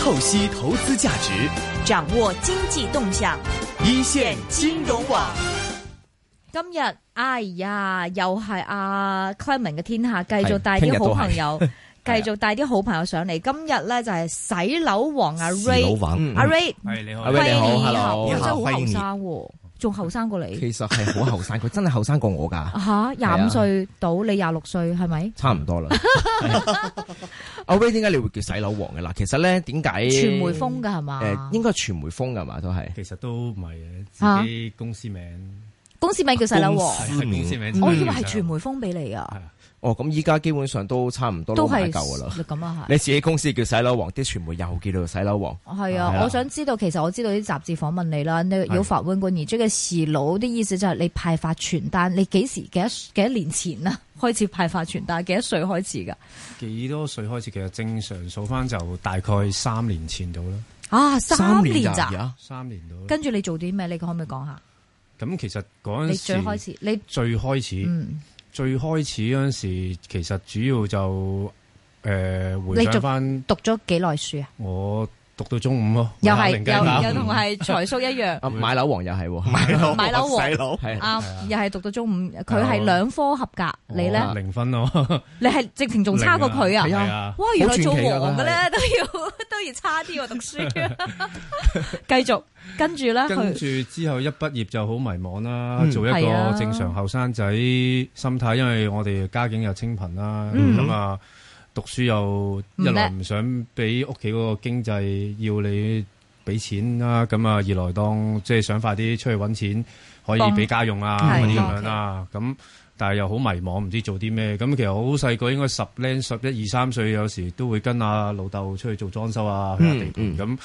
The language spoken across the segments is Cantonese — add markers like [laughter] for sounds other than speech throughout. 透析投資價值，掌握經濟動向，一線金融網。今日哎呀，又係阿 Clement 嘅天下，繼續帶係聽日啲好都係 [laughs] 朋友，繼續帶啲好朋友上嚟。今日咧就係洗樓王阿洗樓 Ray，啊王嗯阿 Ray，係你好，阿 Ray，你好歡迎 hello 真係好歡後迎你生喎，仲後生過你其實係好後生，佢真係後生過我㗎，吓，係廿啊五歲到，你廿六歲係咪？差唔多啦。阿 Ray 點解你會叫洗樓王嘅啦？其實咧點解傳媒風啊㗎係嘛？誒應該係傳媒風㗎嘛，都係其實都唔係啊嘅，自己公司名公司名叫洗樓王，司係係公司名，我以為係傳媒風俾你啊，哦。咁依家基本上都差唔多都都係買夠㗎啦。咁啊係。你自己公司叫洗樓王，啲傳媒又叫做洗樓王。係係啊，啊我想知道，其實我知道啲雜誌訪問你啦，你有發温過，而家嘅事佬啲意思就係你派發傳單，你幾時幾多幾多年前啊 [laughs] 開始派發傳單？幾多歲開始噶？幾多歲開始？其實正常數翻就大概三年前到啦，啊，三年咋？咋？，三年到啦。跟住你做啲咩？你可唔可以講下？咁其實嗰你陣時最開始，你最開始嗯，最開始嗰陣時，其實主要就誒回你做想翻讀咗幾耐書啊？我讀到中午咯，又係啊玩下零雞蛋又又同係財叔一樣 [laughs] 啊買樓王又係喎，買樓買樓王洗樓， [laughs] 係啱，又係讀到中午，佢係兩科合格，你我咧？零分咯，你係直情仲差過佢啊係零？[laughs] 係啊啊，哇！原來做王嘅好咧都要 [laughs] 都要差啲喎讀書，繼續跟住咧跟佢住之後一畢業就好迷茫啦，嗯做一係啊個正常後生仔心態，因為我哋家境又清貧啦，嗯咁啊、讀書又唔一叻來唔想俾屋企嗰個經濟要你俾錢啦，咁啊二來當即係想快啲出去揾錢，可以幫俾家用啊係嗰啲幫咁樣啦，咁。但係又好迷茫，唔知做啲咩。咁其實好細個，應該十零、十一、二三歲，有時都會跟阿老豆出去做裝修啊，去下地嗯盤咁，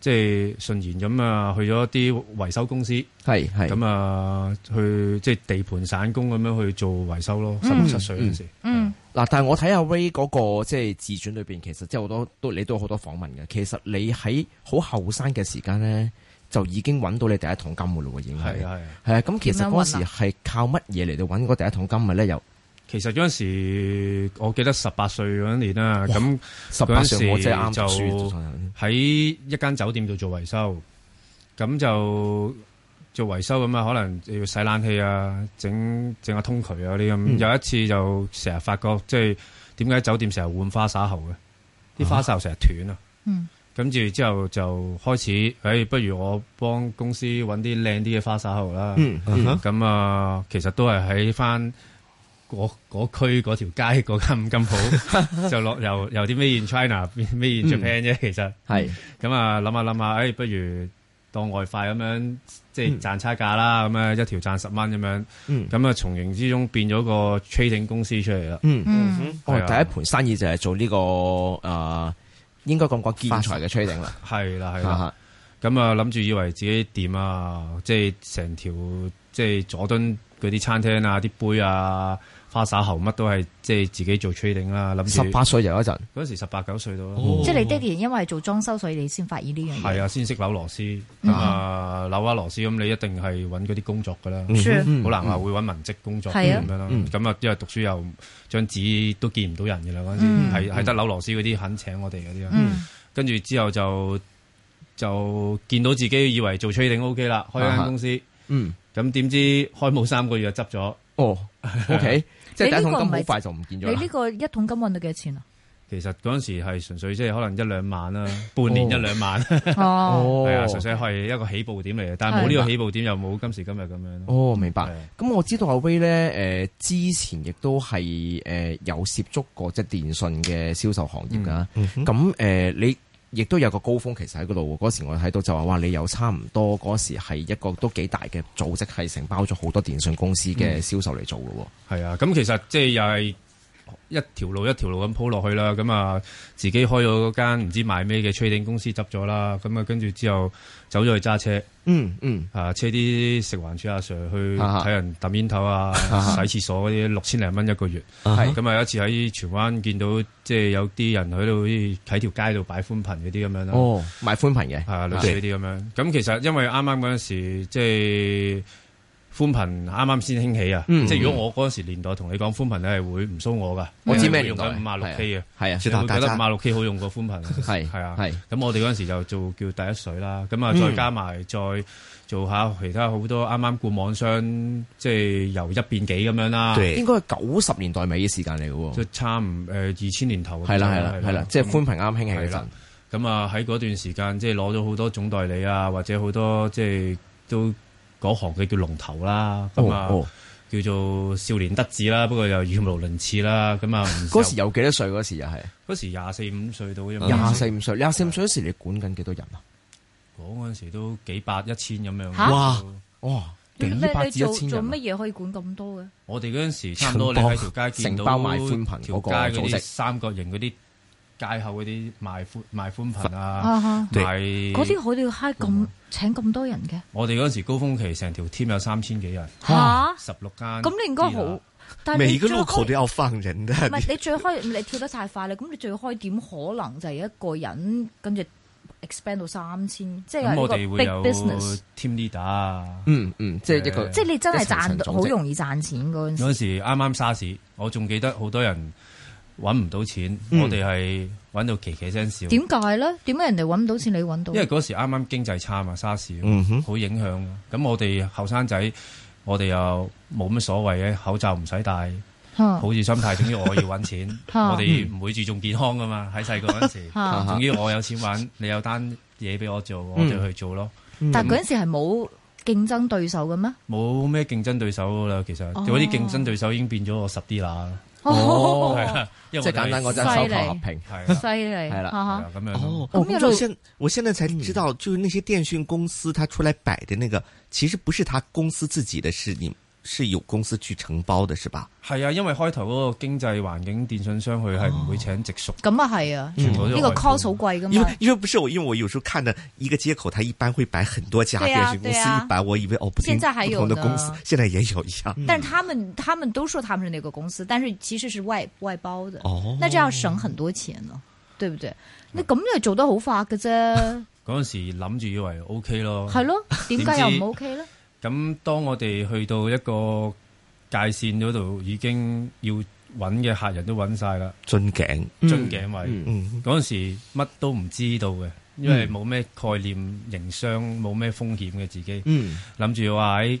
即係順然咁啊，去咗一啲維修公司，係係咁啊去即係地盤散工咁樣去做維修咯。十六七歲嗰陣時，嗯嗱，但係我睇阿 Ray 嗰個即係自傳裏邊，其實即係好多都你都有好多訪問嘅。其實你喺好後生嘅時間咧，就已經揾到你第一桶金嘅咯喎，已經係係啊係啊。係啊。咁其實點樣嗰揾時啊係靠乜嘢嚟到揾嗰第一桶金嘅咧？又其實嗰陣時，我記得十八歲嗰年啦，咁十八歲嗰陣時我真係啱讀就嗯書，喺一間酒店度做維修，咁就做維修咁啊，可能要洗冷氣啊，整整下通渠啊嗰啲咁。嗯有一次就成日發覺，即係點解酒店成日換花灑喉嘅？啲花灑喉成日斷啊！嗯，跟住之後就開始，誒、不如我幫公司揾啲靚啲嘅花灑喉啦。嗯嗯嗯咁啊、其實都係喺翻嗰嗰區嗰條街嗰間五金鋪，就落由由啲 Made in China 變 Made in Japan 啫。其實係咁啊，諗下諗下，誒、不如當外快咁樣，即係賺差價啦。咁啊，一條賺十蚊咁樣，嗯咁啊，從營之中變咗個 trading 公司出嚟啦。嗯。嗯哦，係啊第一盤生意就係做呢個誒，應該咁講建材嘅 trading 啦，係啦，係啦。啊咁啊，諗住以為自己掂啊，即係成條即係佐敦嗰啲餐廳啊，啲杯啊、花灑喉乜都係即係自己做 trading 啦。諗十住八歲就有一陣，嗰時十八九歲到啦，哦即係你爹哋因為做裝修，所以你先發現呢樣嘢。係啊，先識扭螺絲嗯咁啊，扭下螺絲咁，你一定係揾嗰啲工作噶啦，是嗯好難話會揾文職工作係啊咁樣啦嗯。咁啊，因為讀書又張紙都見唔到人嘅啦，嗰陣時嗯係係得扭螺絲嗰啲肯請我哋嗰啲啦。嗯跟住之後就就見到自己以為做 trading OK 啦，開一間公司。嗯，咁點知開冇三個月就執咗，哦，OK，即 [laughs] 係第一你呢桶個唔金係好快就唔見你咗啦呢。個一桶金揾到幾多錢啊？其實嗰陣時係純粹即係可能一兩萬啦，半年哦一兩萬，哦，哦係啊，純粹係一個起步點嚟嘅，但係冇呢係個起步點又冇今時今日咁樣咯。哦，明白係。啊咁我知道阿 Ray 咧，誒、之前亦都係誒有涉足過即係電信嘅銷售行業嗯㗎。咁誒、呃你亦都有個高峰，其實喺嗰度喎。嗰時我睇到就話，哇，你有差唔多嗰時係一個都幾大嘅組織，係承包咗好多電信公司嘅銷售嚟做嘅喎。係啊，咁其實即係又係一條路一條路咁鋪落去啦。咁啊，自己開咗嗰間唔知賣咩嘅 trading 公司執咗啦。咁啊，跟住之後走咗去揸車，嗯嗯，啊，車啲食環署阿 Sir 去啊哈睇人揼煙頭啊，洗廁所嗰啲六千零蚊一個月。係咁啊，有一次喺荃灣見到，即係有啲人喺度好似喺條街度擺寬頻嗰啲咁樣啦，哦，賣寬頻嘅，啊係啊，類似呢啲咁樣。咁其實因為啱啱嗰陣時，即係寬頻啱啱先興起啊！嗯即係如果我嗰陣時年代同你講寬頻，你係會唔騷我噶。我知咩年你係會用代，緊五廿六 K 嘅，係啊，你會覺得五廿六 K 好用過寬頻。係係啊係咁我哋嗰陣時就做叫第一水啦，咁啊嗯再加埋再做下其他好多啱啱顧網商，即係由一變幾咁樣啦，啊應对，該係九十年代尾嘅時間嚟嘅即喎。係差唔誒二千年頭咁樣。係啦係啦係啦，即係咁寬頻啱興起嗰陣。咁啊喺嗰段時間，即係攞咗好多總代理啊，或者好多即係都嗰行嘅叫龍頭啦，咁啊、哦哦，叫做少年得志啦，不過又語無倫次啦，咁啊唔嗰時嗯有幾多歲？嗰時又係嗰時廿四五歲到啫嘛，廿四五歲，廿四五歲嗰時你管緊幾多人啊？我嗰陣時都幾百一千咁啊樣。嚇哇哇，你幾你百你至一做千做人啊乜。嘢可以管咁多嘅？我哋嗰陣時差唔多，你喺條街見承到包賣寬頻條嗰個街嗰組啲織三角形嗰啲街口嗰啲賣寬賣寬頻啊，啊哈對賣嗰啲可以嗨咁請咁多人嘅我哋嗰陣時高峰期成條 team 有三千幾人，吓？十六間。啊咁你應該好，但係每你一个最路口開都要放人的。唔係你最開，你跳得太快啦。咁你最開點可能就係一個人跟住 expand 到三千，即係咁一我個哋會 big 有 business。 team leader 啊。嗯嗯，即係一個即係你真係一層賺層好組織容易賺錢嗰陣時嗰陣時啱啱沙士，我仲記得好多人揾唔到錢，嗯我哋係揾到奇奇聲笑。點解咧？點解人哋揾唔到錢，你揾到？因為嗰時啱啱經濟差嘛，沙士嗯哼，好影響。咁我哋後生仔，我哋又冇乜所謂嘅，口罩唔使戴，嚇抱住心態。總之我要揾錢，啊我哋唔會注重健康噶嘛。喺細個嗰陣時，嚇總之我有錢揾，你有單嘢俾我做，我就去做咯。但嗰陣時係冇競爭對手嘅咩？冇咩競爭對手噶啦，其實哦嗰啲競爭對手已經變咗我十 D 啦， [laughs] 哦係啦，因為即係簡單嗰陣犀收利購合併。係啦犀利係啦嚇係嚇啦咁樣咯。哦，我我们要知道现我现在才知道，就是那些电讯公司他出来摆的那个，其实不是他公司自己的，是你是有公司去承包的，是吧？係啊，因為開頭嗰個經濟環境，電信商哦佢係唔會請直屬，咁啊係啊，全部都呢個外判 cost 好貴噶因嘛为。因为不是我，因为我有时候看的一个接口，它一般会摆很多家对电啊讯公司对啊一摆，我以为哦，不现停在还不有同的呢公司，现在也有一样。但是他們他們都說他們是那個公司，但是其實是外外包的。哦，嗯那這樣省很多錢咯，對唔嗯對？你咁又做得好快嘅 [laughs] 啫，嗰陣時諗住以為 O K 咯。係哦咯？點解又唔 OK 咧？咁當我哋去到一個界線嗰度，已經要揾嘅客人都揾晒啦，樽頸，樽頸位。嗯嗯，嗰陣時乜都唔知道嘅，因為冇咩概念營商，冇咩風險嘅自己，嗯，諗住話喺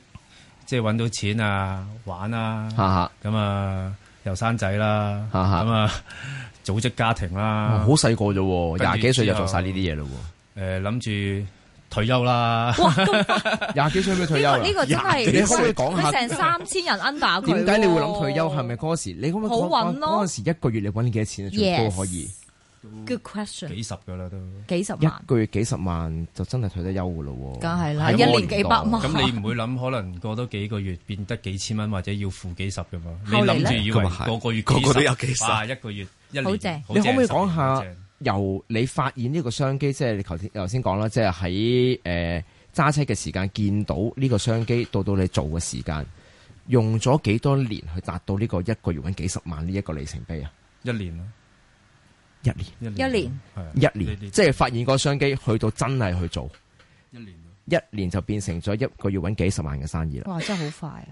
即係揾到錢啊，玩啊，哈哈，咁啊又生仔啦，哈哈咁啊組織家庭啦哦好，細個啫喎，跟住廿幾歲就做晒呢啲嘢嘞喎，誒諗住退休啦。 [laughs] 廿幾歲咩呢退休個啊啦呢？個真係廿幾歲講下佢成三千人 under 佢喎。點解你會諗退休？係咪嗰時你可唔可以好講搵講咯嗰陣時一個月你揾幾多錢啊？最高可以 Good question，幾十噶啦都。幾十萬一，個月幾十萬就真係退得休噶咯喎。梗係啦，喺一嗰個年幾百年萬。咁你唔會諗可能過多幾個月變得幾千蚊或者要負幾十噶嘛？你後嚟諗呢住以為咁啊係個個月個個都有幾幾十十哇一個月一年好正你可唔可以講下十年好正由你發現呢個商機，即係你頭先頭先講啦，即係喺誒揸車嘅時間見到呢個商機，到到你做嘅時間，用咗幾多年去達到呢個一個月揾幾十萬呢一個里程碑啊？一年咯？一年，一一年係啊一你年，你即係發現個商機，去到真係去做，一年咯。一年就變成咗一個月揾幾十萬嘅生意啦。哇，真係好快啊！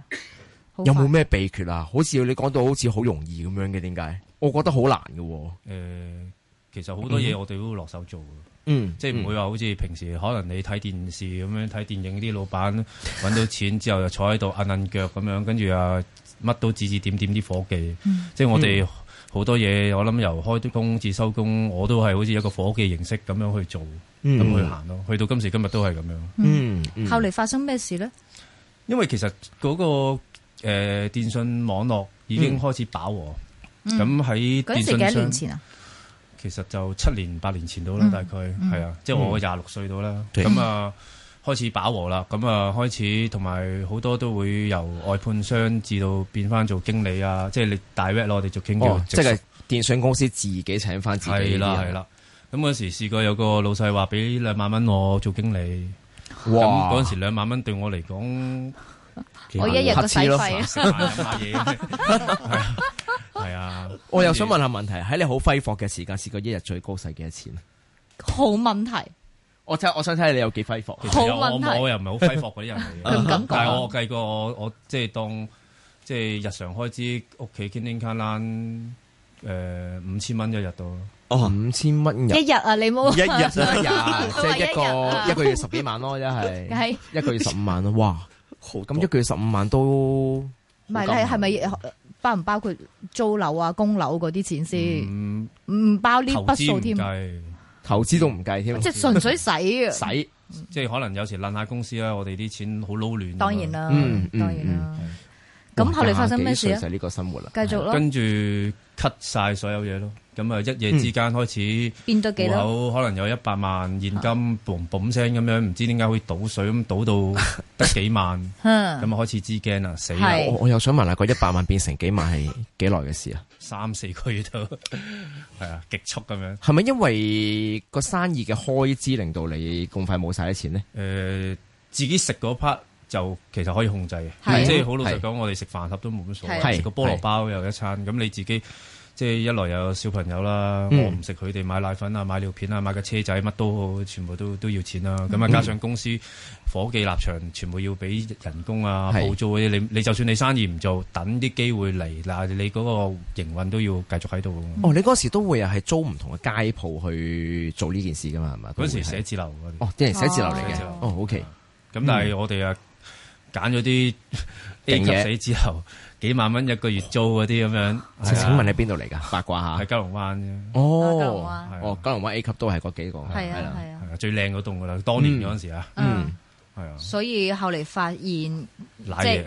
好有冇快咩秘訣啊？好似你講到好似好容易咁樣嘅，點解？我覺得好難嘅喎。誒，其實好多嘢我哋都會落手做嘅。嗯，即係唔會話好似平時可能你睇電視咁樣睇電影啲老闆揾到錢之後就坐喺度摁摁腳咁樣，跟住啊乜都指指點點啲伙計。嗯即係我哋好多嘢，我諗由開工至收工，我都係好似一個伙計形式咁樣去做，咁、嗯去行咯。去到今時今日都係咁樣，嗯，嗯後嚟發生咩事咧？因為其實嗰、個誒、呃、電信網絡已經嗯開始飽和。嗯咁喺、嗰陣時幾電信多商年，前啊？其實就七年八年前到啦，嗯大概係、嗯啊，即係我廿六歲到啦。對咁啊、開始飽和啦，咁啊開始同埋好多都會由外判商至到變翻做經理啊，即係你 direct 咯我哋做傾哦即叫，直係電信公司自己請翻自己係啦呢啲啊人係，啦。咁嗰時試過有個老細話俾兩萬蚊我做經理，咁哇！嗰陣時兩萬蚊對我嚟講，我一日個使費啊食飯飲下嘢，係 [laughs] 啊係啊，我又啊想問下問題，喺你好揮霍嘅時間，試過一日最高使幾多錢？好問題，我真我想睇下你有幾揮霍。其實有好問我題冇我又唔係好揮霍嗰啲人嚟嘅， [laughs] 佢唔敢講但係我計過我我即係當即係日常開支，屋企 k i n d i n g 卡啦，誒五千蚊一日到咯。哦，五千蚊人一日啊，你冇一日一 [laughs] 日，即係一都係一日啊個一個月十幾萬咯，一係係一個月十五萬咯，哇！好咁一個月十五萬都唔係咧？係咪呃包唔包括租樓啊、供樓嗰啲錢先？嗯，唔包呢投筆資數唔添，計，投資都唔計添，即係純粹使啊！使即係可能有時撚下公司啊啦，我哋啲錢好撈亂㗎嘛。當然啦，嗯嗯當然啦。哇咁後嚟發生咩事廿幾啊歲？就呢個生活啦，繼續咯，跟住 cut 晒所有嘢咯。咁啊，一夜之間開始變咗嗯幾戶多？口可能有一百萬現金，嘣嘣聲咁樣，唔知點解可以倒水咁倒到得幾萬， [laughs] 咁啊嗯，開始知驚啦，死啦！係我我又想問下，個一百萬變成幾萬係幾耐嘅事啊？三四個月 [laughs] 都係啊，極速咁樣。係咪因為個生意嘅開支令到你咁快冇晒啲錢咧？誒、自己食嗰 part 就其實可以控制係嘅，即係好老實講，我哋食飯盒都冇乜所係謂，食個菠蘿包又一餐。咁你自己即係一來有小朋友啦，嗯我唔食佢哋買奶粉啊、買尿片啊、買架車仔乜都好，全部都都要錢啦。嗯咁啊，加上公司伙計立場，全部要俾人工啊、係鋪租嗰啲，你你就算你生意唔做，等啲機會嚟嗱，你嗰個營運都要繼續喺度㗎嘛。哦，你嗰時都會係租唔同嘅街鋪去做呢件事噶嘛？係嘛？嗰陣都會時係寫字樓嗰啲。哦，啲人寫字樓嚟嘅寫字樓，哦，OK，咁但嗯係我哋啊揀咗 [laughs] 啲 A 勁嘢級死之後，幾萬蚊一個月租嗰啲咁樣。請請問係你啊邊度嚟㗎？八卦下喺。九龍灣啫，啊九龍灣哦係啊，哦，九龍灣 A 級都係嗰幾個，係係啊，啦係啊係，啊最靚嗰棟噶啦，當年嗰陣時啊，嗯。係啊，所以後嚟發現賴嘢係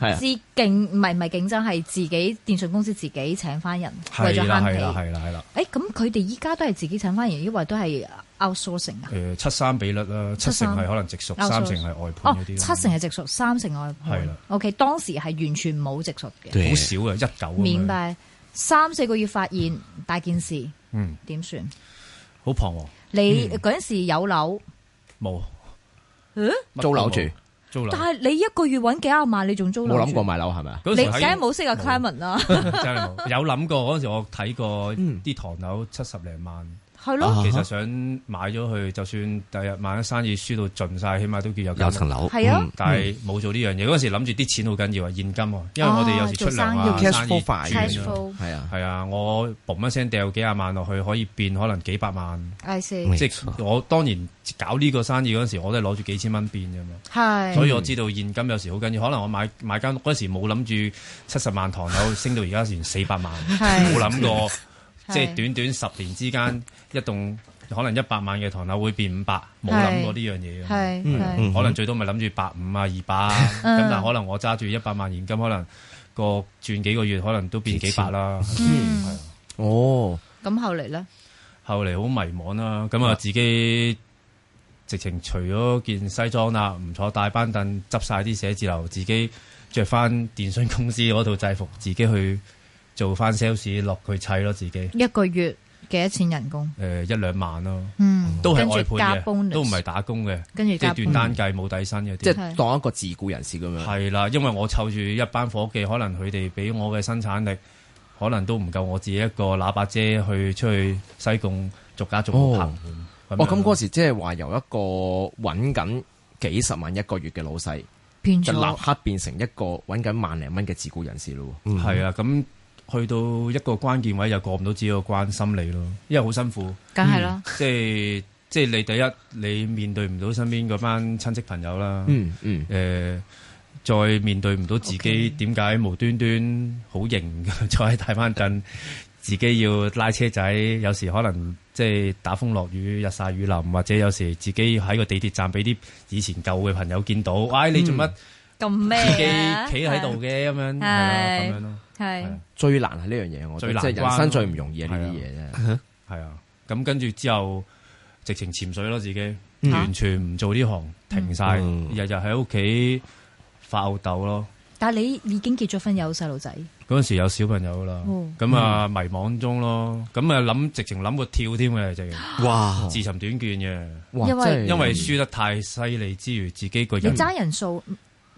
啊知競唔係唔係競爭，係自己電信公司自己請翻人，為咗係啦慳係啦皮。係啦係啦，誒，咁佢哋依家都係自己請翻人，抑或都係 outsourcing 啊？誒七三比率啦，七七三成係可能直屬， outsource 三成係外判哦，嗰啲七啦。成係直屬，三成外判。係啦 OK，當時係完全冇直屬嘅。好少啊，一九咁樣明，白。三四個月發現大件事，嗯，點算？好彷徨，你嗯嗰陣時有樓，冇嗯乜都租樓冇住，租樓但，係你一個月揾幾廿萬，你仲租樓冇住？諗過買樓係咪啊？嗰你時梗喺啊係冇識阿 Clement 啊啦， [laughs] 真係冇有諗過嗰陣時，我睇過嗯啲唐樓七十零萬。係咯，其實想呃買咗佢，就算第日萬一生意輸到盡晒，起碼都叫有有間層屋。樓，係啊嗯但係冇做呢樣嘢，嗰陣時諗住啲錢好緊要啊，現金啊，因為我哋有時出糧哦啊，做生意 cash 生意 flow 快轉啊 cash flow 係啊，係啊，我嘣一聲掉幾廿萬落去，可以變可能幾百萬。 I see，嗯即係我當年搞呢個生意嗰陣時，我都係攞住幾千蚊變啫嘛。係所以我知道現金有時好緊要，可能我買買間屋嗰時冇諗住七十萬唐樓升到而家連四百萬，係冇 [laughs] 諗過，係即係短短十年之間一棟可能一百萬嘅唐樓會變五百，冇諗過呢樣嘢㗎。係係嗯可能最多咪諗住百五啊、二百啊， [laughs] 嗯咁但係可能我揸住一百萬現金，可能個轉幾個月可能都變幾百啦。嗯係啊哦，咁後嚟咧，後嚟好迷茫啦，咁啊嗯自己直情除咗件西裝啦，唔坐大班凳，執晒啲寫字樓，自己着翻電信公司嗰套制服，自己去做翻 sales 落去砌咯，自己誒、一個月幾多錢人工？一兩萬咯，嗯，都係跟外住加判 bonus，嘅，都唔係打工嘅，跟住即加係 bonus 斷單計冇底薪嗰即啲。係當一個自僱人士咁樣。係啊啦，因為我湊住一班伙計，可能佢哋俾我嘅生產力，可能都唔夠我自己一個喇叭姐去出去西貢逐家逐戶哦行。樣哦，咁咯嗰時即係話由一個揾緊幾十萬一個月嘅老細，變嗯就立咗，刻變成一個揾緊萬零蚊嘅自僱人士咯。嗯係啊，咁去到一個關鍵位又過唔到自己個關心理咯，因為好辛苦，梗係啦，即係即係你第一你面對唔到身邊嗰班親戚朋友啦，誒、嗯嗯，呃再面對唔到自己 OK 點解無端端好型 [laughs] 坐喺大班凳，自己要拉車仔，有時可能即係打風落雨、日曬雨淋，或者有時自己喺個地鐵站俾啲以前舊嘅朋友見到，嗯唉、你做乜咁咩嗯自己嘅企喺度，嘅咁樣，係啦係咁樣咯。係係啊最難係呢樣嘢，我覺得最難即係人生最唔容易係呢啲嘢啫。係啊，咁跟住之後直情潛水咯，自己、嗯完全唔做呢行，停晒，嗯日日喺屋企發吽豆咯。但係你已經結咗婚有細路仔，嗰陣時有小朋友啦哦，咁啊迷惘中咯，咁啊諗直情諗個跳 [gasps] 添嘅，直情哇，自尋短見嘅，哇嗯因為真係啊因為輸得太犀利之餘，自己個你人揸人數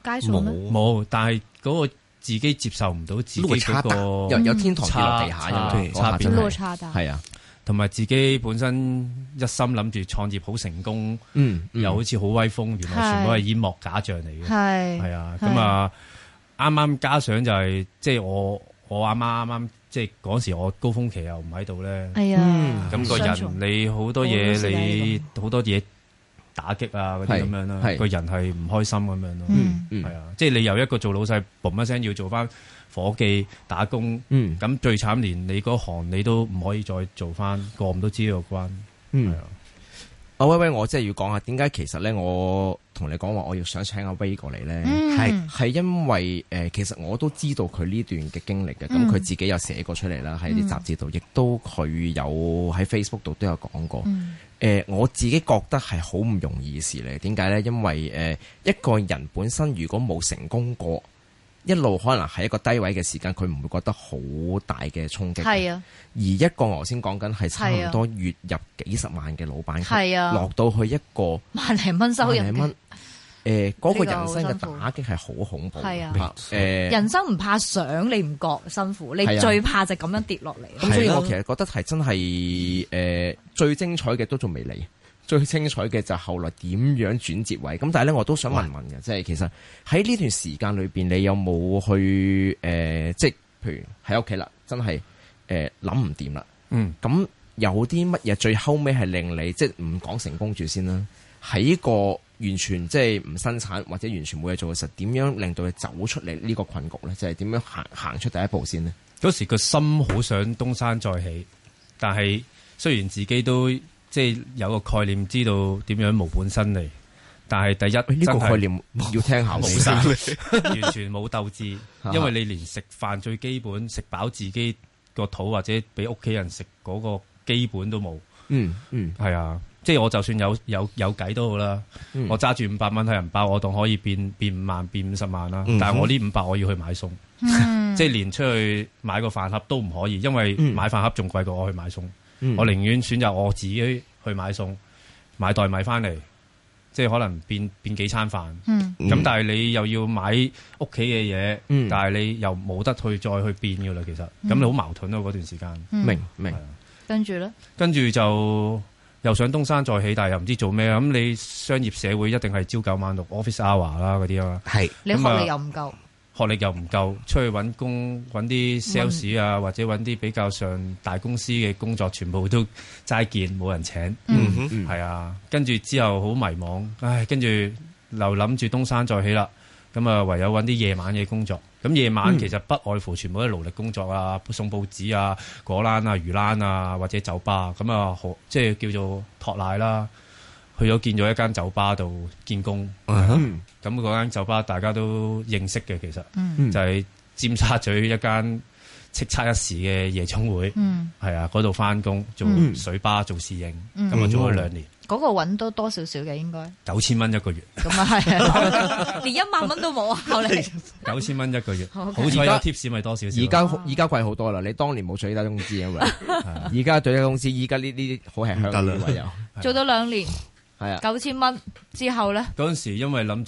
街數咩？冇冇，但係嗰個自己接受唔到自己落差嗰大個由由天堂跌落地下，差因為嗰差下別真落係差大，係啊，同埋自己本身一心諗住創業好成功，嗯，又好似好威風，原來全部係煙幕假象嚟嘅。係係啊，係咁啊，啱啱加上就係即係我我阿媽啱啱即係嗰時我高峰期又唔喺度咧，哎呀，嗯嗯咁個雙重人你好多我都嘢知啊呢你好多嘢打擊啊嗰啲咁樣啦係係，個人係唔開心咁樣咯，嗯嗯係啊，即係你由一個做老細，嘣一聲要做翻伙計打工，嗯咁最慘連你嗰行你都唔可以再做翻，過唔到知道關，係嗯。啊，阿威威，我真係要講下點解其實咧，我同你講話我要想請阿威過嚟咧，嗯係係因為誒、呃其實我都知道佢呢段嘅經歷嘅，咁嗯佢自己有寫過出嚟啦，喺啲雜誌度，亦都佢有喺 Facebook 度都有講過。嗯誒、呃我自己覺得係好唔容易嘅事嚟，點解呢？因為誒、呃一個人本身如果冇成功過，一路可能係一個低位嘅時間，佢唔會覺得好大嘅衝擊。係啊，而一個我頭先講緊係差係啊唔多月入幾十萬嘅老闆級，係啊落到去一個萬零蚊收入萬零蚊嘅，，誒嗰、個人呢個生嘅好辛苦打擊係好恐怖嘅。係啊嚇呃誒人生唔怕上，你唔覺辛苦，你係啊最怕就咁樣跌落嚟。啊咁所以我其實覺得係真係誒、呃最精彩嘅都仲未嚟，最精彩嘅就後來點樣轉折位。咁但係咧，我都想問問嘅，即係其實喺呢段時間裏邊，你有冇去誒、呃即係譬如喺屋企啦，真係誒諗唔掂啦。嗯。咁有啲乜嘢最後尾係令你即係唔講成功住先啦？喺個完全即係唔生產或者完全冇嘢做嘅時候，點樣令到你走出嚟呢個困局咧？就係、點樣行行出第一步先呢？嗰時個心好想東山再起，但係雖然自己都即係有個概念，知道點樣無本生利，但係第喂一呢、真個係概 [laughs] 念要聽下冇先，晒，完全冇鬥志因為你連食飯最基本食飽自己個肚或者俾屋企人食嗰個基本都冇，嗯嗯係啊。即係我就算有有有計都好啦，嗯我揸住五百蚊去銀包，我當可以變變五萬變五十萬啦。嗯哼但係我呢五百我要去買餸，嗯即係連出去買個飯盒都唔可以，因為嗯買飯盒仲貴過我去買餸。嗯我寧願選擇我自己去買餸，買袋米翻嚟，即係可能變變幾餐飯。嗯咁、但係你又要買屋企嘅嘢，嗯但係你又冇得去再去變噶啦，其實咁你好矛盾咯嗰段時間。嗯明明跟住咧，跟住就又想東山再起，但係又唔知做咩啊咁你商業社會一定係朝九晚六 office hour 啦嗰啲啊，係你學咁啊歷又唔夠，學歷又唔夠，出去揾工揾啲 sales 啊，或者揾啲比較上大公司嘅工作，全部都齋見冇人請。嗯哼嗯係啊，跟住之後好迷茫，唉，跟住又諗住東山再起啦，咁啊唯有揾啲夜晚嘅工作。咁夜晚嗯其實不外乎全部都係勞力工作啊，送報紙啊、果欄啊、魚欄啊，或者酒吧，咁啊，好即係叫做托奶啦。去咗見咗一間酒吧度見工，嗯咁嗰間酒吧大家都認識嘅，其實嗯嗯就係尖沙咀一間叱咤一時嘅夜總會，嗯，係啊，嗰度翻工做嗯水吧做侍應，嗯咁啊做咗兩年。嗰個揾都多少少嘅應該，九千蚊一個月，咁啊 [laughs] 係，連一萬蚊都冇啊，後嚟九千蚊一個月，好 OK 彩有 tips 咪多少少。而家而家貴好多啦，你當年冇最低工資啊 [laughs] 嘛，而家最低工資，而家呢啲好吃唔香得啦唯有啊做咗兩年係啊，九千蚊之後咧，嗰陣時，因為諗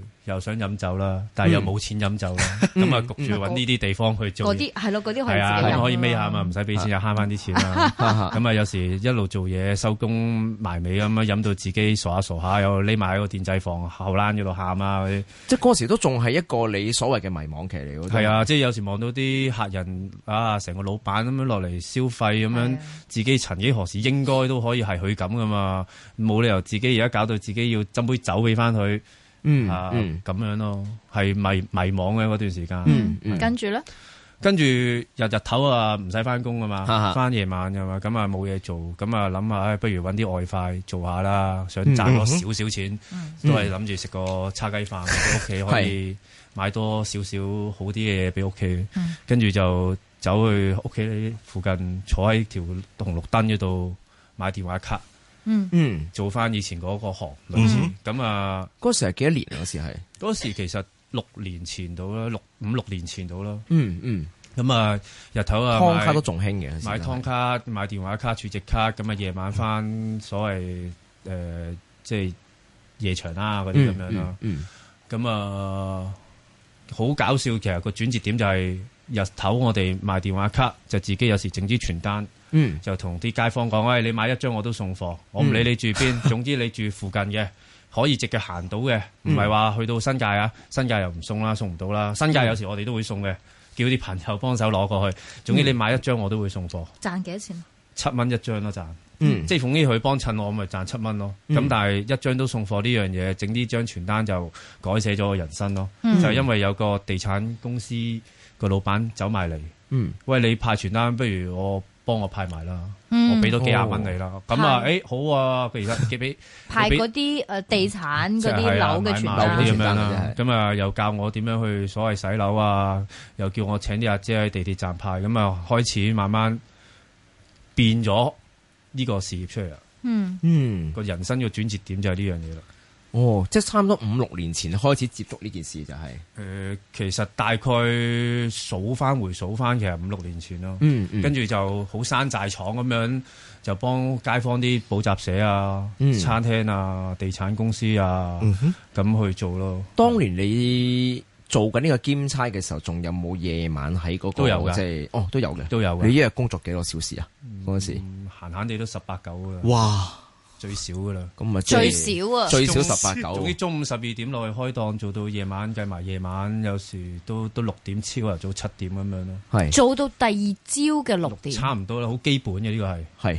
住又想飲酒啦，但係又冇錢飲酒啦，咁啊焗住揾呢啲地方去做嗰嘢。啲係咯，嗰啲可係以啊，自己咁飲可以孭下嘛，唔使俾錢又慳翻啲錢啦。哈哈咁啊，有時一路做嘢收工埋尾咁樣，飲到自己傻下傻下，又匿埋喺個電掣房後欄嗰度喊啊嗰啲。即係嗰時都仲係一個你所謂嘅迷茫期嚟嘅，係啊，即係有時望到啲客人啊，成個老闆咁樣落嚟消費咁係樣啊，自己曾幾何時應該都可以係佢咁噶嘛，冇理由自己而家搞到自己要斟杯酒俾翻佢嗯，啊嗯咁樣咯，係迷迷惘嘅嗰段時間。嗯嗯，跟住咧，跟住日日頭啊唔使翻工啊哈哈嘛，翻夜晚噶嘛，咁啊冇嘢做，咁啊諗下，唉不如揾啲外快做下啦，想嗯賺多少少錢，都係諗住食個叉雞飯，喺屋企可以買多少少好啲嘅嘢俾屋企嗯，跟住就走去屋企附近坐喺條紅綠燈嗰度買電話卡，嗯嗯，做翻以前嗰個行類似嗯，咁啊嗰時係幾多年啊嗰時係，嗰時其實六年前到啦，六五六年前到啦，嗯嗯，咁啊日頭啊湯卡買都仲興嘅，買湯卡、買電話卡、儲值卡，咁啊夜晚翻所謂誒、呃即係夜場啦嗰啲咁樣啦。嗯嗯，嗯咁啊好搞笑，其實個轉折點就係日頭我哋賣電話卡，就自己有時整支傳單，嗯就同啲街坊講：，喂，你買一張我都送貨，我唔理你住邊，總之你住附近嘅。可以直嘅行到嘅，唔係話去到新界啊，新界又唔送啦，送唔到啦。新界有時我哋都會送嘅，叫啲朋友幫手攞過去。總之你買一張我都會送貨，賺幾多錢？啊七蚊一張咯賺。嗯即係逢呢佢幫襯我，咪賺七蚊咯。咁、但係一張都送貨呢樣嘢，整呢張傳單就改寫咗我人生咯。嗯就係因為有個地產公司個老闆走埋嚟，嗯喂你派傳單，不如我幫我派埋啦，嗯我俾多幾廿蚊你啦。咁啊，誒、好啊，其實嘅俾派俾嗰啲誒地產即嗰係啲係啊樓嘅買傳買單樓樓嘅啲咁樣啦傳單，咁啊又教我點樣去所謂洗樓啊，又叫我請啲阿姐喺地鐵站派，咁啊開始慢慢變咗呢個事業出嚟啦。啊嗯，嗯，個人生嘅轉折點就係呢樣嘢啦。哦，即係差唔多五六年前開始接觸呢件事就係、誒、其實大概數翻回數翻，其實五六年前咯。嗯跟住就好山寨廠咁樣，就幫街坊啲補習社啊、嗯餐廳啊、地產公司啊嗯哼，咁、去做咯。當年你做緊呢個兼差嘅時候，仲有冇夜晚喺嗰、個都有㗎即係哦都有嘅，都有嘅你一日工作幾多小時啊？嗰陣時嗯閒閒地都十八九噶啦，哇！最少噶啦。咁啊即最係少啊，最少中十八九總之中午十二點落去開檔，做到夜晚計埋夜晚，有時都都六點超啊，早七點咁樣咯。係做到第二朝嘅六點，差唔多啦，好基本嘅呢個係係。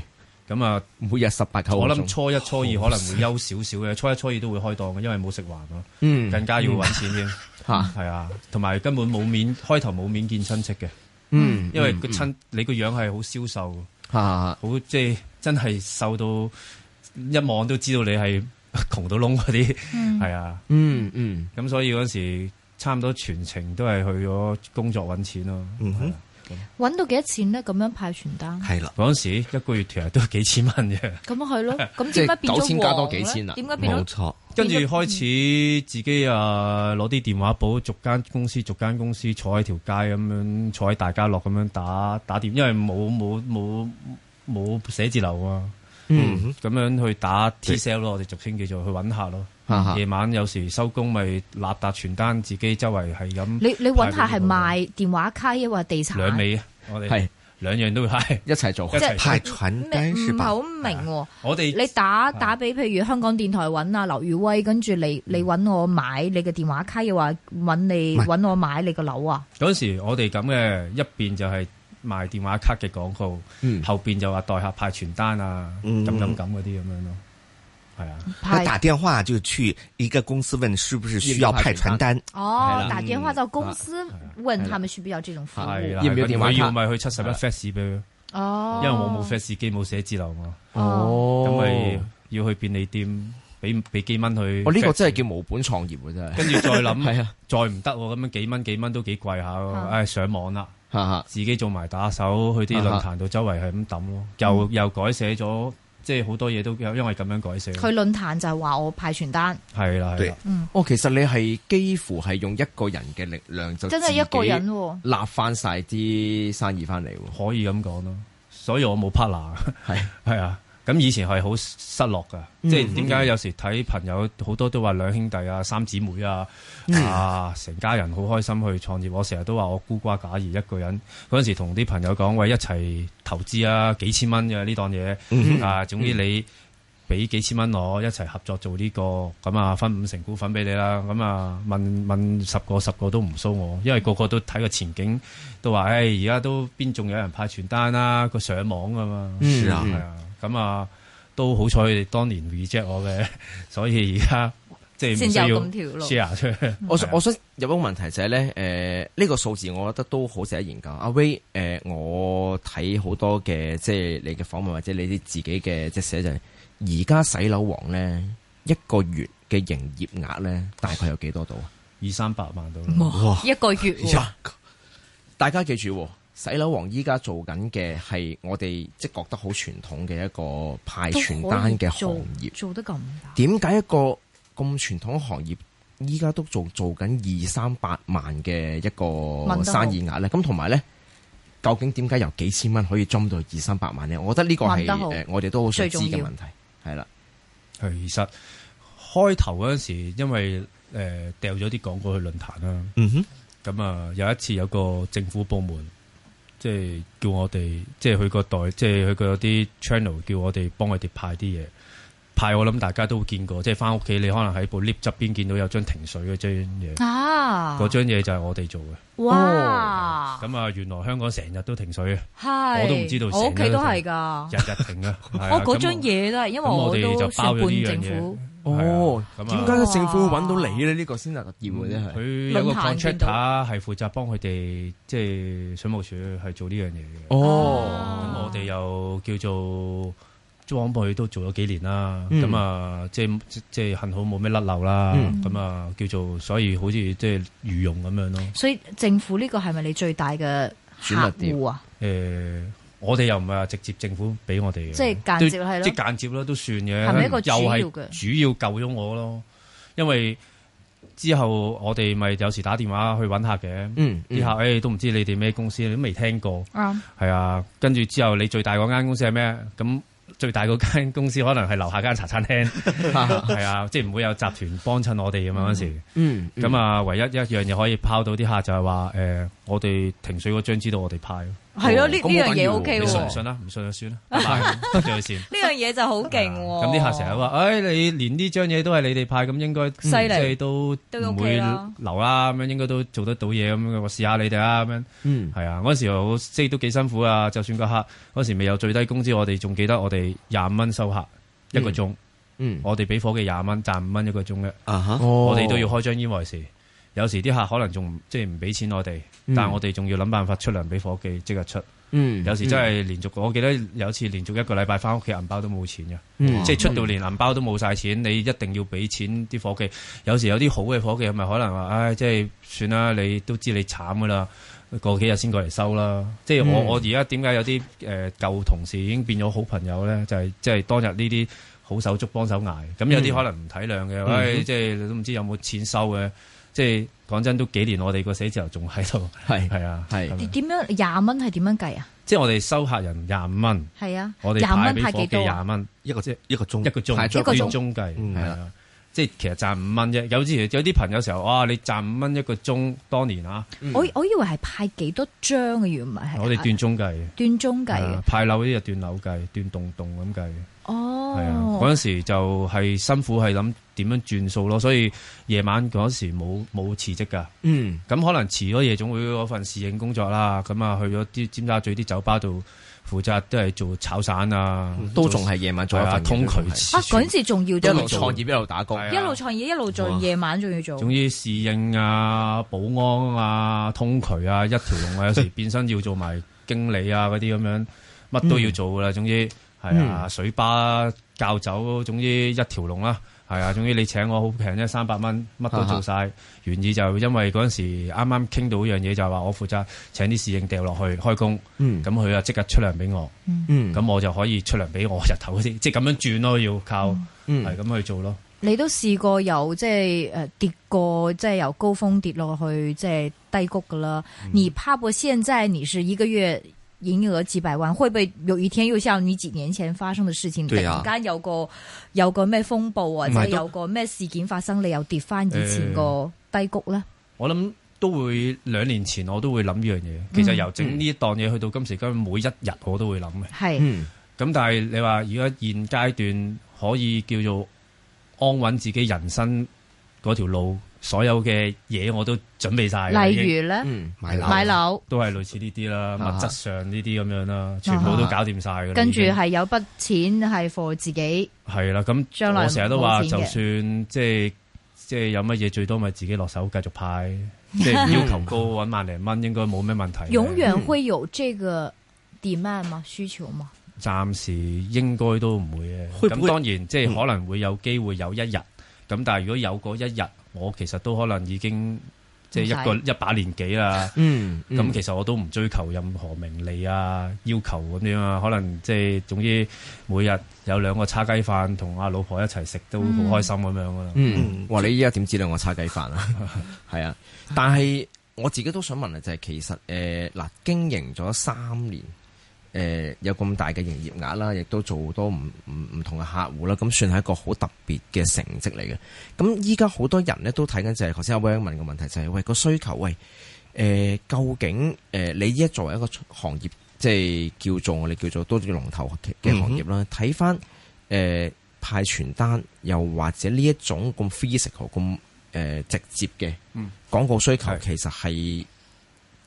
咁啊，每日十八九個我鐘。諗初一、初二可能會休少少嘅，初一、初二都會開檔嘅，因為冇食環咯，嗯更加要揾 [laughs] 錢添，嚇係啊，同埋根本冇面，開頭冇面見親戚嘅，嗯，因為個嗯親你個樣係好消瘦，嚇好即係真係瘦到一望都知道你係 [laughs] 窮到窿嗰啲，係啊，嗯嗯。咁所以嗰時差唔多全程都係去咗工作揾錢咯，嗯哼係啊揾到幾多錢咧？咁樣派傳單，係啦，嗰陣時一個月其實都幾千蚊嘅。咁樣係咯，咁即點係解變咗九千加多幾黃千啊咧點解變冇咗？錯，跟住開始自己啊攞啲電話簿，逐間公司逐間公司坐喺條街咁樣，坐喺大家樂咁樣打打電，因為冇冇冇冇寫字樓啊，嗯，咁樣去打 T cell 咯，我哋俗稱叫做去揾客咯。哈啊哈夜晚有時收工咪立沓傳單，自己周圍係咁你你揾下係派俾啲朋賣電話卡，抑或地產？友兩味啊！我哋係兩樣都會係一齊做一，齊派嗯傳單是唔係吧？好明喎。我哋你打打俾譬如香港電台揾啊劉宇威，跟住你你揾我買你嘅電話卡，又話揾你唔係揾我買你個樓啊？嗰時我哋咁嘅一邊就係賣電話卡嘅廣告。嗯，後邊就話代客派傳單啊，嗯咁咁咁嗰啲咁樣咯，係啊，他派打電話就去一個公司問是不是需要派傳單，哦係，啦打電話到公司問係啦他們需不需要這種服係務啦，要唔要電話卡佢要咪去七十一係啦 fax 俾佢，哦因為我冇 fax 機冇寫字樓嘛，哦，咁咪要去便利店俾俾幾蚊去 fax。哦我呢個真係叫無本創業喎，真係。跟住再諗， [laughs] 係啊，再唔得喎，咁樣幾蚊幾蚊都幾貴下喎，啊唉上網啦，哈哈，自己做埋打手，去啲啊嗯論哈壇度周圍係咁抌咯，又又改寫咗，即係好多嘢都有因為咁樣改寫，佢論壇就係話我派傳單，係啦係對啦，哦，其實你係幾乎係用一個人嘅力量就真自己係一個人喎。立翻晒啲生意翻嚟喎，可以咁講咯，所以我冇 partner。係 [laughs] 係啊，咁以前係好失落噶，即係點解有時睇朋友好多都話兩兄弟啊、三姊妹啊，啊成家人好開心去創業。我成日都話我孤寡寡兒一個人嗰陣時，同啲朋友講喂一齊投資啊，幾千蚊嘅呢檔嘢、啊，總之你。俾幾千蚊我一齊合作做呢、個咁啊，分五成股份俾你啦。咁啊，問問十個十個都唔騷我，因為個個都睇個前景，都話哎誒而家都邊仲有人派傳單啦、個上網啊嘛。是啊係啊，咁啊都好彩佢哋當年 reject 我嘅， [laughs] 所以而家即係唔先有咁條路需要 share 出去。我啊想我想有一個問題就係咧，誒、呢、個數字我覺得都好值得研究。阿威，誒、我睇好多嘅即係你嘅訪問或者你啲自己嘅即係寫就係，而家洗樓王咧一個月嘅營業額咧大概有幾多度啊？二三百萬到啦，哇一個月哎喎大家記住喎，洗樓王依家做緊嘅係我哋即係覺得好傳統嘅一個派都傳單嘅可以做行業。做得咁大，點解一個咁傳統行業依家都做做緊二三百萬嘅一個問得好生意額咧？咁同埋咧，究竟點解由幾千蚊可以裝到二三百萬咧？我覺得呢個係問得好誒、呃我哋都好想最知重要嘅問題，係啦，其實開頭嗰陣時，因為誒掉咗啲廣告去論壇啦，嗯哼，咁啊，有一次有個政府部門，即係叫我哋，即係佢個代，即係佢個啲 channel 叫我哋幫佢哋派啲嘢。派我諗大家都見過，即係翻屋企你可能喺部 lift 側邊見到有張停水嘅張嘢，啊，嗰張嘢就係我哋做嘅。哇，咁啊，原來香港成日都停水嘅，係我都唔知道我屋成企日都都係㗎。日日停啊。係啊我哦嗰咁張嘢都係，因為咁我哋都就算包咗半呢樣政嘢府。哦，係啊咁點啊解政府會揾到你咧？呢個先係業嘅真係。嗯佢有個論壇見 contractor 係負責幫佢哋，即係水務署係做呢樣嘢嘅。哦，咁啊我哋又叫做裝備都做咗幾年啦，嗯咁啊，即係即即係幸好冇咩甩漏啦，咁啊叫做所以好似即係御用咁樣咯。所以政府呢個係咪你最大嘅客户啊？誒，我哋又唔係話直接政府俾我哋嘅，即係間接係咯都即係間接啦，都算嘅。係咪一個主又要嘅係主要救咗我咯？因為之後我哋咪有時打電話去揾客嘅，嗯，啲客哎誒都唔知你哋咩公司，你都未聽過。啱係啊，跟住之後你最大嗰間公司係咩？咁最大嗰間公司可能係樓下間茶餐 [laughs] 廳， [laughs] 係啊，即係唔會有集團幫襯我哋咁樣嗰時。嗯，嗯咁，啊，唯一一樣嘢可以拋到啲客就係話誒，我哋停水嗰張知道我哋派，係咯，呢呢咁好樣緊嘢要 O K 你喎，信唔呢信啦？唔信 [laughs] 就算啦，拜拜，得罪佢先。樣嘢就好勁喎。啊咁啲客成日話：，誒，你連呢張嘢都係你哋派，咁應該嗯犀利即係都都唔 OK 會啦留啦，咁樣應該都做得到嘢咁樣，我試下你哋啊咁樣。嗯，係啊，嗰陣時我即係都幾辛苦啊！就算個客嗰陣時未有最低工資，我哋仲記得我哋廿五蚊收客一個鐘，嗯，哦我哋俾伙計廿蚊賺五蚊一個鐘嘅，啊哈，我我哋都要開張 invoice。有時啲客可能仲唔即係唔俾錢我哋，嗯但我哋仲要諗辦法出糧俾伙計即刻出。嗯，有時真係連續，我記得有一次連續一個禮拜翻屋企銀包都冇錢嘅。嗯，即係出到連銀包都冇晒錢，你一定要俾錢啲伙計。有時有啲好嘅伙計，咪可能話：，唉，即係算啦，你都知你慘噶啦，過幾日先過嚟收啦。即係我、嗯我而家點解有啲誒、呃、舊同事已經變咗好朋友咧？就係、即係當日呢啲好手足幫手捱。咁有嗯啲可能唔體諒嘅，唉、即係你都唔知有冇錢收嘅。即係講真，都幾年我哋個寫字樓仲喺度，係係啊，係咁樣點樣廿蚊係點樣計啊？即係我哋收客人廿五蚊，係啊，我哋廿派蚊俾派伙幾計多啊？廿蚊。一個一個鐘一個鐘，排一個鐘按鐘計，嗯係啊，即係其實賺五蚊啫。有時有啲朋友成日哇，你賺五蚊一個鐘，當年啊，我嗯我以為係派幾多張嘅，原來係我哋斷鐘計嘅，斷鐘計係嘅啊。派樓呢就斷樓計，斷棟棟咁計嘅，係啊。嗰哦，陣時就係辛苦，係諗點樣轉數咯。所以夜晚嗰時冇冇辭職㗎。嗯，咁可能辭咗夜總會嗰份侍應工作啦，咁啊去咗啲尖沙咀啲酒吧度負責都係做炒散啊，都仲係夜晚做做一係啊份通渠啊嗰陣時仲要一路做創業一路打工，係啊一路創業一路做，哇夜晚仲要做。總之侍應啊、保安啊、通渠啊、一條龍啊，有時變身要做埋經理啊嗰啲咁樣，乜都要做噶啦。總之係啊，嗯水吧、教酒，總之一條龍啦。係嗯啊，總之你請我好平啫，三百蚊，乜都做啊晒。原意就因為嗰陣時啱啱傾到一樣嘢，就係話我負責請啲侍應掉落去開工，嗯咁佢啊即刻出糧俾我，嗯咁我就可以出糧俾我日頭嗰啲，即係咁樣轉咯，要靠嗯係咁去做咯。你都試過有即係誒跌過，即係由高峰跌落去即係低谷噶啦。嗯你怕不？現在你是一個月營業額幾百萬，會不會有一天又像你幾年前發生嘅事情，突對啊然間有個有個咩風暴啊，唔即係係都有個咩事件發生，你又跌翻以前個低谷咧？我諗都會兩年前我都會諗呢樣嘢。嗯其實由整呢檔嘢去到今時今日，每一日我都會諗嘅。係嗯咁但係你話而家現階段可以叫做安穩自己人生嗰條路，所有嘅嘢我都準備晒啊啦。已經例如咧嗯，買樓買樓，都係類啊似呢啲啦，啊物質上呢啲咁樣啦，全部都搞掂晒㗎啦。啊跟已住經係有筆錢係 for 自己，嗯係啦，將來咁我成日都冇話，錢就嘅算即係即係有乜嘢，最多咪自己落手繼續派，[laughs] 即係要求高揾萬零蚊應該冇咩問題嘅。永嗯遠會有這個 demand 嘛需求嘛？暫時應該都唔會會嗯唔嘅。咁會當然即係可能會有機會有一日，咁但係如果有嗰一日，我其實都可能已經即係一個唔一把年紀啦。嗯，咁、其實我都唔追求任何名利啊、要求咁樣啊，可能即係總之每日有兩個叉雞飯同阿老婆一齊食都好開心咁樣噶啦。嗯，哇！你依家點知道我叉雞飯啊？ [laughs] 係啊，呃但係我自己都想問啊，就係、其實誒嗱、經營咗三年，誒、誒有咁大嘅營業額啦，亦都做好多唔唔唔同嘅客户啦，咁算係一個好特別嘅成績嚟嘅。咁依家好多人咧都睇緊就係頭先阿 Wang 問嘅問題就係、喂個需求喂誒、究竟誒、呃你依家作為一個行業即係叫做我哋叫做都叫龍頭嘅嗯行業啦，睇翻誒派傳單又或者呢一種咁 physical 咁誒、呃直接嘅嗯廣告需求係其實係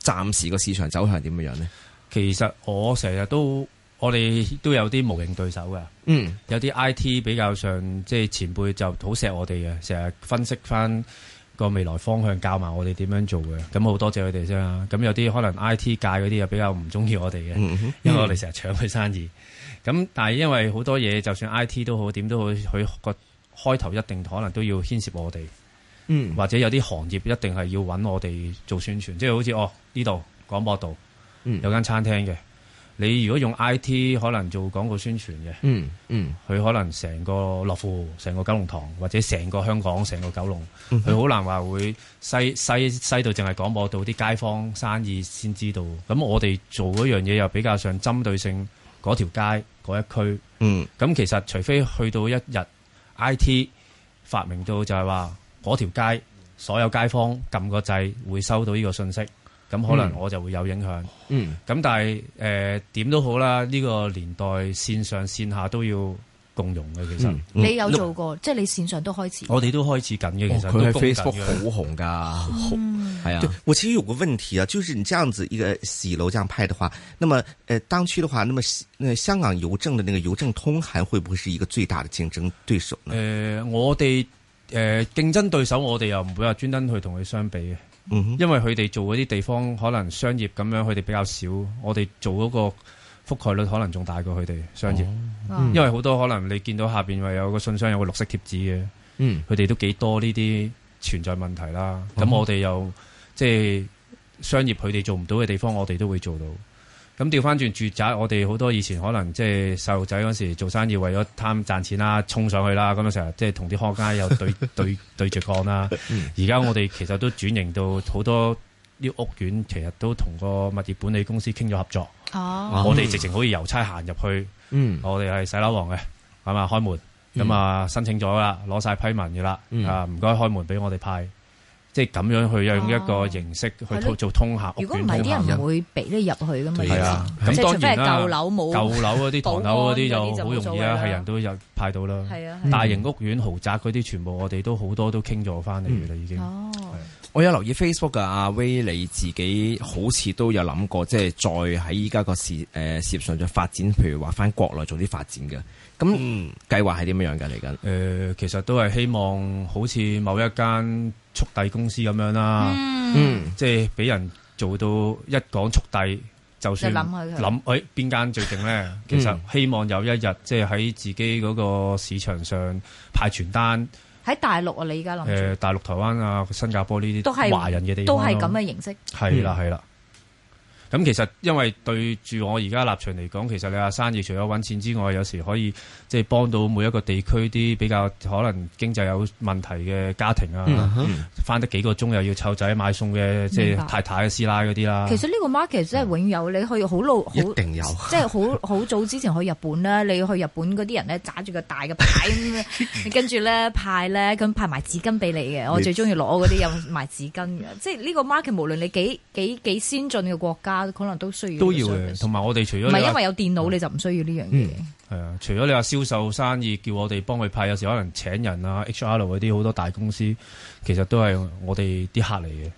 暫時個市場走向點樣樣咧？其實我成日都我哋都有啲無形對手㗎。嗯有啲 I T 比較上即係前輩就好錫我哋嘅，成日分析翻個未來方向，教埋我哋點樣做嘅。咁好多謝佢哋先啦。咁有啲可能 I T 界嗰啲又比較唔中意我哋嘅，嗯哼因為我哋成日搶佢生意。咁但係因為好多嘢，就算 I T 都好，點都好，佢個開頭一定可能都要牽涉我哋。嗯或者有啲行業一定係要揾我哋做宣傳，即係好似哦呢度廣播道嗯有間餐廳嘅，你如果用 I T 可能做廣告宣傳嘅，嗯嗯佢可能成個樂富、成個九龍塘或者成個香港、成個九龍，佢好難話會西西西到淨係廣播到啲街坊生意先知道。咁我哋做嗰樣嘢又比較上針對性嗰條街嗰一區。嗯咁其實除非去到一日 I T 發明到就係話嗰條街所有街坊撳個掣會收到呢個信息，咁可嗯能我就會有影響。嗯咁但係誒點都好啦，呢、個年代線上線下都要共融嘅，其實、嗯你有做過，即係你線上都開始。我哋都開始緊嘅，其實哦佢喺都供緊嘅嗯 Facebook 好紅噶，係对啊，我其实有个问题啊，就是你这样子一个洗楼这样派的话，那么呃，当区的话，那么西那香港邮政的那个邮政通函会不会是一个最大的竞争对手呢？誒、呃我哋誒、競爭對手，我哋又唔會話專登去同佢相比嘅，嗯哼，因為佢哋做嗰啲地方可能商業咁樣，佢哋比較少，我哋做嗰個覆蓋率可能仲大過佢哋商業，哇嗯因為好多可能你見到下邊咪有個信箱有個綠色貼紙嘅，嗯佢哋都幾多呢啲存在問題啦。咁、我哋又即係商業佢哋做唔到嘅地方，我哋都會做到。咁調翻轉住宅，我哋好多以前可能即係細路仔嗰時做生意，為咗貪賺錢啦，衝啊上去啦，咁樣成日即係同啲行家有對對對住幹啦。而家我哋其實都轉型到好多啲屋苑，其實都同個物業管理公司傾咗合作。哦，啊我哋直情好似郵差行入去。嗯我哋係洗樓王嘅，係嘛開門，嗯咁啊申請咗啦，攞晒批文嘅啦嗯，啊唔該開門俾我哋派，即係咁樣去用一個形式去係做咯做通客，如果屋唔苑啊係通啲人客唔會俾你入去噶嘛，係啊，以前咁即係除當非係然啦舊，樓冇，舊樓嗰啲唐保安嗰樓嗰啲啲就就好冇所容易謂啊，啦係人都有派到啦。係啊，係啊大型屋苑、豪宅嗰啲，全部我哋都好多都傾咗翻嚟嘅啦，已經。哦，我有留意 Facebook 噶阿威，你自己好似都有諗過，即係再喺依家個事誒事業上再發展，譬如話翻國內做啲發展嘅。咁嗯計劃係點樣樣㗎嚟緊？誒、嗯其實都係希望好似某一間速遞公司咁樣啦。嗯即係俾人做到一講速遞，就算就諗佢諗誒邊間最勁咧，嗯其實希望有一日即係喺自己嗰個市場上派傳單，喺大陸啊，你而家諗誒、住大陸、台灣啊、新加坡呢都啲係華人嘅地方都咯係咁，嘅嗯形式，係啦係啦。咁其實因為對住我而家立場嚟講，其實你話生意除咗揾錢之外，有時可以即係幫到每一個地區啲比較可能經濟有問題嘅家庭啊。嗯翻得幾個鐘又要湊仔買餸嘅，即明白係太太師奶嗰啲啦。其實呢個 market 真係永有，你去好老好一。定有。即係好 [laughs] 好早之前去日本咧，你去日本嗰啲人咧，揸住個大嘅牌咁， [laughs] 跟住咧派咧，咁派埋紙巾俾你嘅。我最中意攞嗰啲有埋紙巾嘅，即係呢個 market 無論你幾幾幾先進嘅國家，可能都需要呢個都要 service 嘅，同埋我哋除唔咗你係因話為有電嗯腦你就唔需要呢樣嘢。係啊，除咗你話銷售生意叫我哋幫佢派，有時可能請人啊、HR 嗰啲好多大公司，其實都係我哋啲客嚟嘅。係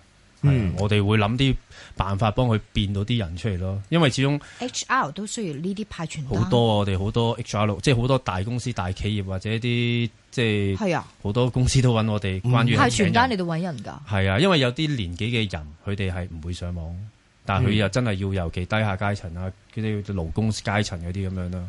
嗯啊，我哋會諗啲辦法幫佢變到啲人出嚟咯。因為始終 HR 都需要呢啲派傳單好多我哋好多 HR，即係好多大公司、大企業或者啲即係係啊，好多公司都揾我哋關於派請傳人單你都揾人㗎。係啊，因為有啲年紀嘅人，佢哋係唔會上網，但係佢嗯又真係要尤其低下階層啊，嗰啲勞工階層嗰啲咁樣啦，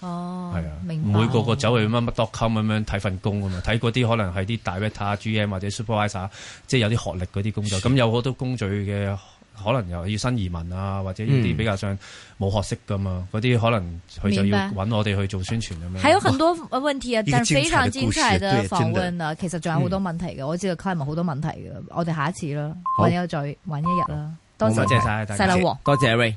哦，係啊，明唔白。會個個走去乜乜 dotcom 咁樣睇份工啊嘛，睇嗰啲可能係啲 director、GM 或者 supervisor，即係有啲學歷嗰啲工作，咁有好多工序嘅。可能又要新移民啊，或者呢嗯啲比較上冇學識噶嘛，嗰啲可能佢就明要白揾我哋去做宣傳咁樣。還有很多呃問題啊，一個但是非常精精彩彩的的故事訪對真問啊，其實仲有好多問題嘅，我知道 Clement 好多問題嘅，我哋下一次啦，好揾一再揾一日啦，多冇謝問題多謝晒大家細。佬王。多謝 Ray。